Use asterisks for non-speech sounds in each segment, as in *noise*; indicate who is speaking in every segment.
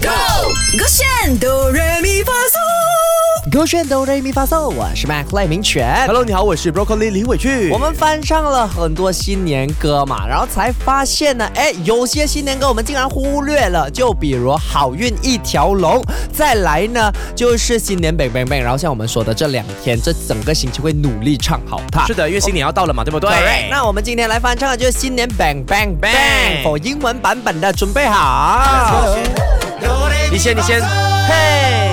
Speaker 1: Go，勾选哆来咪发嗦。
Speaker 2: 勾选哆瑞咪发嗦，我是 Mac 赖明全。
Speaker 3: Hello，你好，我是 Broccoli 李伟俊。
Speaker 2: 我们翻唱了很多新年歌嘛，然后才发现呢，哎，有些新年歌我们竟然忽略了，就比如《好运一条龙》，再来呢就是新年 bang bang bang，然后像我们说的这两天，这整个星期会努力唱好它。 *laughs*
Speaker 3: 是的，因为新年要到了嘛，对不哎对
Speaker 2: Correct，？那我们今天来翻唱的就是新年 bang bang bang
Speaker 3: Bang
Speaker 2: for 英文版本的，准备好。
Speaker 3: 你先，你先。嘿，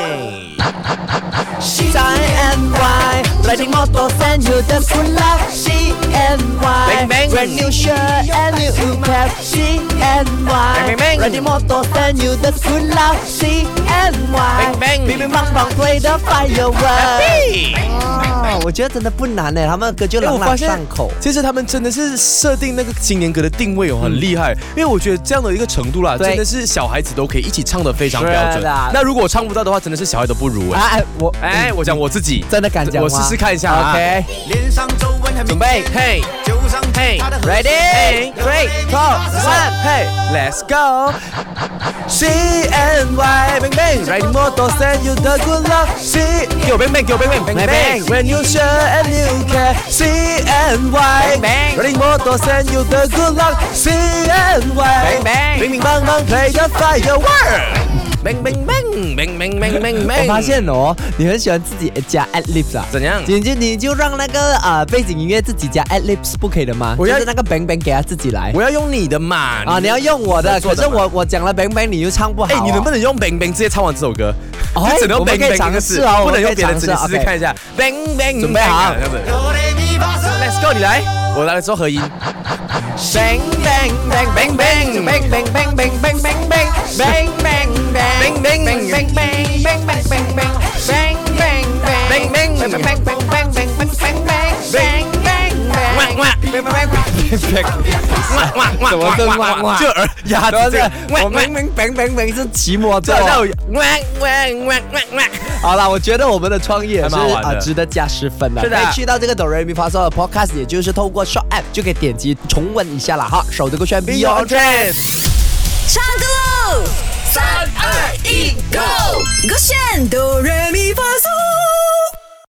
Speaker 2: 在 NY，来听摩托三 U 的 s u l a C NY，
Speaker 3: Bang bang
Speaker 2: brand new shirt and new cap C
Speaker 3: Bang bang
Speaker 2: NY，
Speaker 3: bang
Speaker 2: 来听摩托三 U 的 s u l a C NY，
Speaker 3: Bang bang
Speaker 2: 乒乒乓乓 play the firework。啊，我觉得真的不难欸呢，他们的歌就
Speaker 3: 哎
Speaker 2: 朗
Speaker 3: 我
Speaker 2: 朗
Speaker 3: 发现
Speaker 2: 上口。
Speaker 3: 其实他们真的是设定那个新年歌的定位哦，很厉害。因为我觉得这样的一个程度啦，
Speaker 2: 对
Speaker 3: 真的是小孩子都可以一起唱的非常
Speaker 2: 是
Speaker 3: 标准
Speaker 2: 的。
Speaker 3: 那如果唱不到的话，真的是小孩都不如哎。
Speaker 2: 哎，我
Speaker 3: 哎，我讲我自己，
Speaker 2: 真的敢讲吗
Speaker 3: 我试试看一下啊。
Speaker 2: OK，
Speaker 4: 脸上皱纹还
Speaker 3: 准
Speaker 4: 明
Speaker 3: 备
Speaker 4: 显，，
Speaker 3: 嘿
Speaker 4: 九上
Speaker 3: 嘿
Speaker 4: 他的和
Speaker 3: ，ready
Speaker 2: 嘿
Speaker 3: three two one，嘿，let's go。C N Y bang bang, riding motor send you the good luck. C 给我 bang bang，给我 bang bang bang bang. When you share and you care. C N Y bang, riding motor send you the good luck. C N
Speaker 2: 哎
Speaker 3: Y bang bang，乒乒乓乓 play the firework. Bang bang bang bang bang bang bang bang。
Speaker 2: 我发现哦，你很喜欢自己加 ad libs 啊。
Speaker 3: 怎样？
Speaker 2: 你就你就让那个呃背景音乐自己加 ad libs 不可以的吗？
Speaker 3: 我要
Speaker 2: 就是那个 bang bang 给他自己来
Speaker 3: 我要用你的嘛。
Speaker 2: 啊！你要用我的，可
Speaker 3: 做
Speaker 2: 是
Speaker 3: 的嘛
Speaker 2: 我我讲了 bang bang 你又唱不好、
Speaker 3: 哎、
Speaker 2: 哦。
Speaker 3: 你能不能用 bang bang 直接唱完这首歌？
Speaker 2: 哦
Speaker 3: 就只能
Speaker 2: 我
Speaker 3: 用
Speaker 2: 们
Speaker 3: bang
Speaker 2: 可以
Speaker 3: bang
Speaker 2: 尝
Speaker 3: 这个
Speaker 2: 试
Speaker 3: 字，
Speaker 2: 哦我
Speaker 3: 不
Speaker 2: 们可
Speaker 3: 能
Speaker 2: 以
Speaker 3: 用别的
Speaker 2: 尝
Speaker 3: 字，
Speaker 2: 试
Speaker 3: 你试试
Speaker 2: OK
Speaker 3: 看一下。bang bang，
Speaker 2: 准备好
Speaker 3: bang，这样子。
Speaker 4: 哆来咪发嗦
Speaker 3: Let's go，你来，我来的时候合音。bang bang bang bang bang bang bang bang bang bang bang bang bang bang bang bang bang bang bang bang bang bang bang bang bang，怎
Speaker 2: 么是哇哇
Speaker 3: 就耳压
Speaker 2: 对不
Speaker 3: 着这
Speaker 2: 对
Speaker 3: 个，
Speaker 2: 我明明 bang bang bang 是骑摩
Speaker 3: 这
Speaker 2: 托。
Speaker 3: 好像有哇哇哇哇哇。
Speaker 2: 啊好啦，我觉得我们的创意也
Speaker 3: 还
Speaker 2: 是
Speaker 3: 蛮好玩
Speaker 2: 啊、
Speaker 3: 的
Speaker 2: 值得加十分的。
Speaker 3: 是的
Speaker 2: 可以去到这个哆瑞咪发嗦的 podcast，也就是透过 short app 就可以点击重温一下了哈。手这个选
Speaker 3: Be
Speaker 2: B
Speaker 3: your
Speaker 2: O
Speaker 3: d r e s
Speaker 1: 唱歌喽！三二一，Go！勾选哆来咪发嗦。